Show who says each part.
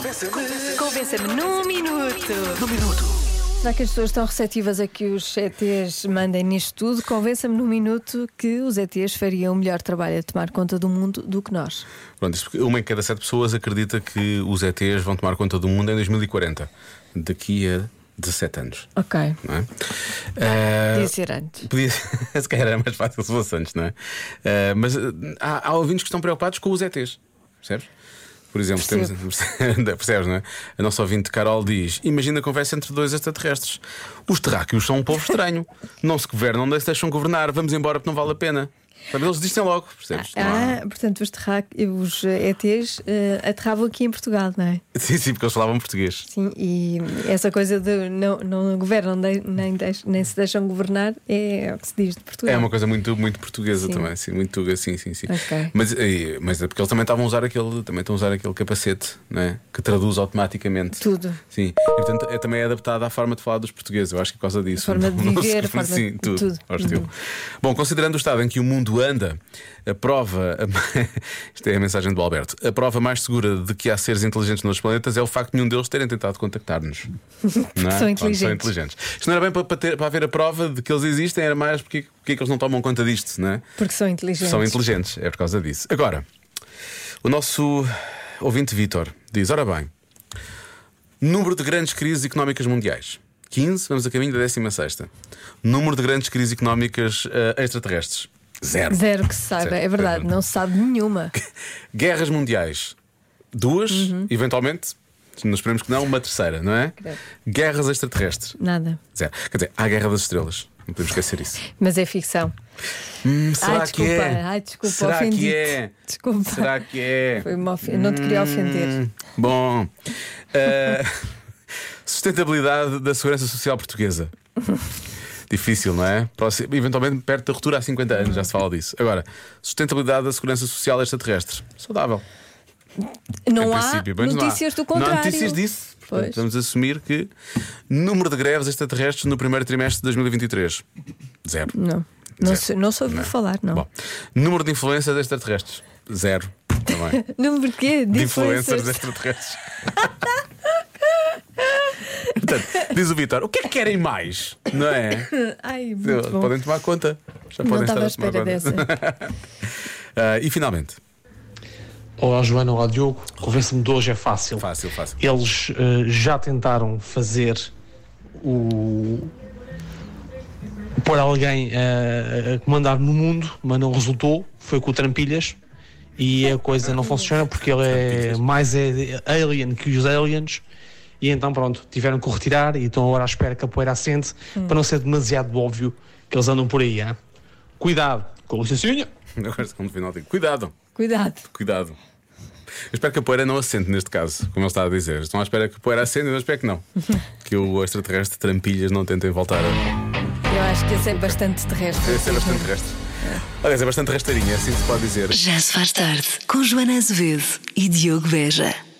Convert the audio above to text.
Speaker 1: Convença-me. Convença-me num minuto.
Speaker 2: No minuto.
Speaker 3: Será que as pessoas estão receptivas a que os ETs mandem nisto tudo? Convença-me num minuto que os ETs fariam o melhor trabalho a tomar conta do mundo do que nós.
Speaker 4: Pronto, isto porque uma em cada sete pessoas acredita que os ETs vão tomar conta do mundo em 2040, daqui a 17 anos.
Speaker 3: Ok.
Speaker 4: Não é?
Speaker 3: Podia
Speaker 4: Ah,
Speaker 3: ser antes.
Speaker 4: Podia... se calhar era mais fácil se fosse antes, não é? Ah, mas ah, há, há ouvintes que estão preocupados com os ETs, percebes? Por exemplo, temos... percebes, não é? A nossa ouvinte Carol diz: Imagina a conversa entre dois extraterrestres. Os terráqueos são um povo estranho. Não se governam, não se deixam governar. Vamos embora porque não vale a pena. Sabe, eles dizem logo, percebes? Não há-
Speaker 3: Ah, portanto, os, terra... os ETs eh, aterravam aqui em Portugal, não é?
Speaker 4: Sim, sim, porque eles falavam português.
Speaker 3: Sim, e essa coisa de não, não governam, de- nem, deix- nem se deixam governar, é o que se diz de Portugal.
Speaker 4: É uma coisa muito, muito portuguesa
Speaker 3: Sim.
Speaker 4: também, sim, muito tuga, sim, sim, sim.
Speaker 3: Ok.
Speaker 4: Mas, eh, mas é porque eles também estavam a usar aquele, também estão a usar aquele capacete, não é? Que traduz automaticamente.
Speaker 3: Tudo.
Speaker 4: Sim. E portanto é também adaptado à forma de falar dos portugueses, eu acho que é por causa disso.
Speaker 3: forma de
Speaker 4: Não se-
Speaker 3: viver, a forma
Speaker 4: sim,
Speaker 3: de-
Speaker 4: tudo.
Speaker 3: tudo. Uhum.
Speaker 4: ao estilo. Bom, considerando o estado em que o mundo anda, a prova, isto é a mensagem do Alberto, a prova mais segura de que há seres inteligentes nos planetas é o facto de nenhum deles terem tentado contactar-nos. Não é?
Speaker 3: são
Speaker 4: Pronto,
Speaker 3: inteligentes.
Speaker 4: inteligentes. Isto não era bem para, para, ter- para haver a prova de que eles existem, era mais porque, porque é que eles não tomam conta disto, não é?
Speaker 3: Porque são inteligentes.
Speaker 4: São inteligentes, é por causa disso. Agora, o nosso ouvinte Vítor diz: Ora bem, número de grandes crises económicas mundiais. 15, vamos a caminho da 16. Número de grandes crises económicas eh, extraterrestres. Zero.
Speaker 3: Zero que se saiba,
Speaker 4: Zero.
Speaker 3: é verdade, não se sabe nenhuma.
Speaker 4: Guerras mundiais. Duas, eventualmente. Nós esperemos que não, uma terceira, não é?
Speaker 3: Uhum. Credo.
Speaker 4: Guerras extraterrestres.
Speaker 3: Nada.
Speaker 4: Zero. Quer dizer, há a Guerra das Estrelas. Não podemos esquecer isso.
Speaker 3: Mas é ficção.
Speaker 4: Hum, será que
Speaker 3: desculpa,
Speaker 4: é?
Speaker 3: ai, desculpa,
Speaker 4: será
Speaker 3: ofendi-te.
Speaker 4: que é?
Speaker 3: Desculpa.
Speaker 4: Será que é?
Speaker 3: Foi uma ofen- Não te queria ofender.
Speaker 4: Hum, Bom. Eh, sustentabilidade da Segurança Social Portuguesa. Difícil, não é? Próximo- eventualmente perto da ruptura há 50 anos, já se fala disso. Agora, sustentabilidade da Segurança Social extraterrestre. Saudável. Hum, Em
Speaker 3: Não há
Speaker 4: princípio, mas não
Speaker 3: notícias do
Speaker 4: Não
Speaker 3: contrário.
Speaker 4: há notícias disso. Portanto,
Speaker 3: Pois.
Speaker 4: vamos assumir que número de greves extraterrestres no primeiro trimestre de 2023. Zero.
Speaker 3: Não. Não,
Speaker 4: Zero. é?
Speaker 3: sou, não soube falar, não.
Speaker 4: Bom, número de influências extraterrestres. Zero. Também.
Speaker 3: Número de quê?
Speaker 4: de
Speaker 3: De
Speaker 4: influencers
Speaker 3: influencers.
Speaker 4: extraterrestres. Portanto, diz o Vitor, o que é que querem mais? Não é?
Speaker 3: Ai, muito bom.
Speaker 4: podem tomar conta. Já
Speaker 3: Não
Speaker 4: podem
Speaker 3: estava à
Speaker 4: estar a
Speaker 3: espera
Speaker 4: tomar
Speaker 3: dessa.
Speaker 4: conta. Ah, e finalmente,
Speaker 5: Olá Joana, olá Diogo. Convença-me de hoje é fácil.
Speaker 4: fácil, fácil.
Speaker 5: Eles eh, já tentaram fazer o. pôr alguém eh, a comandar no mundo, mas não resultou. Foi com o Trampilhas e a coisa não funciona porque ele é mais é- alien que os aliens. E então, pronto, tiveram que o retirar e estão agora à espera que a poeira assente para não ser demasiado óbvio que eles andam por aí. hã? Cuidado, com licencinha.
Speaker 4: Agora, no final, digo, cuidado,
Speaker 3: Cuidado.
Speaker 4: cuidado. Eu espero que a poeira não assente neste caso, como ele está a dizer. Estão à espera que a poeira assente, eu espero que não. Que o extraterrestre trampilhas não tentem voltar a.
Speaker 3: Eu acho que esse é bastante terrestre.
Speaker 4: Esse é bastante restre. é Aliás, é bastante rasteirinha, assim se pode dizer.
Speaker 1: Já se faz tarde com Joana Azevedo e Diogo Beja.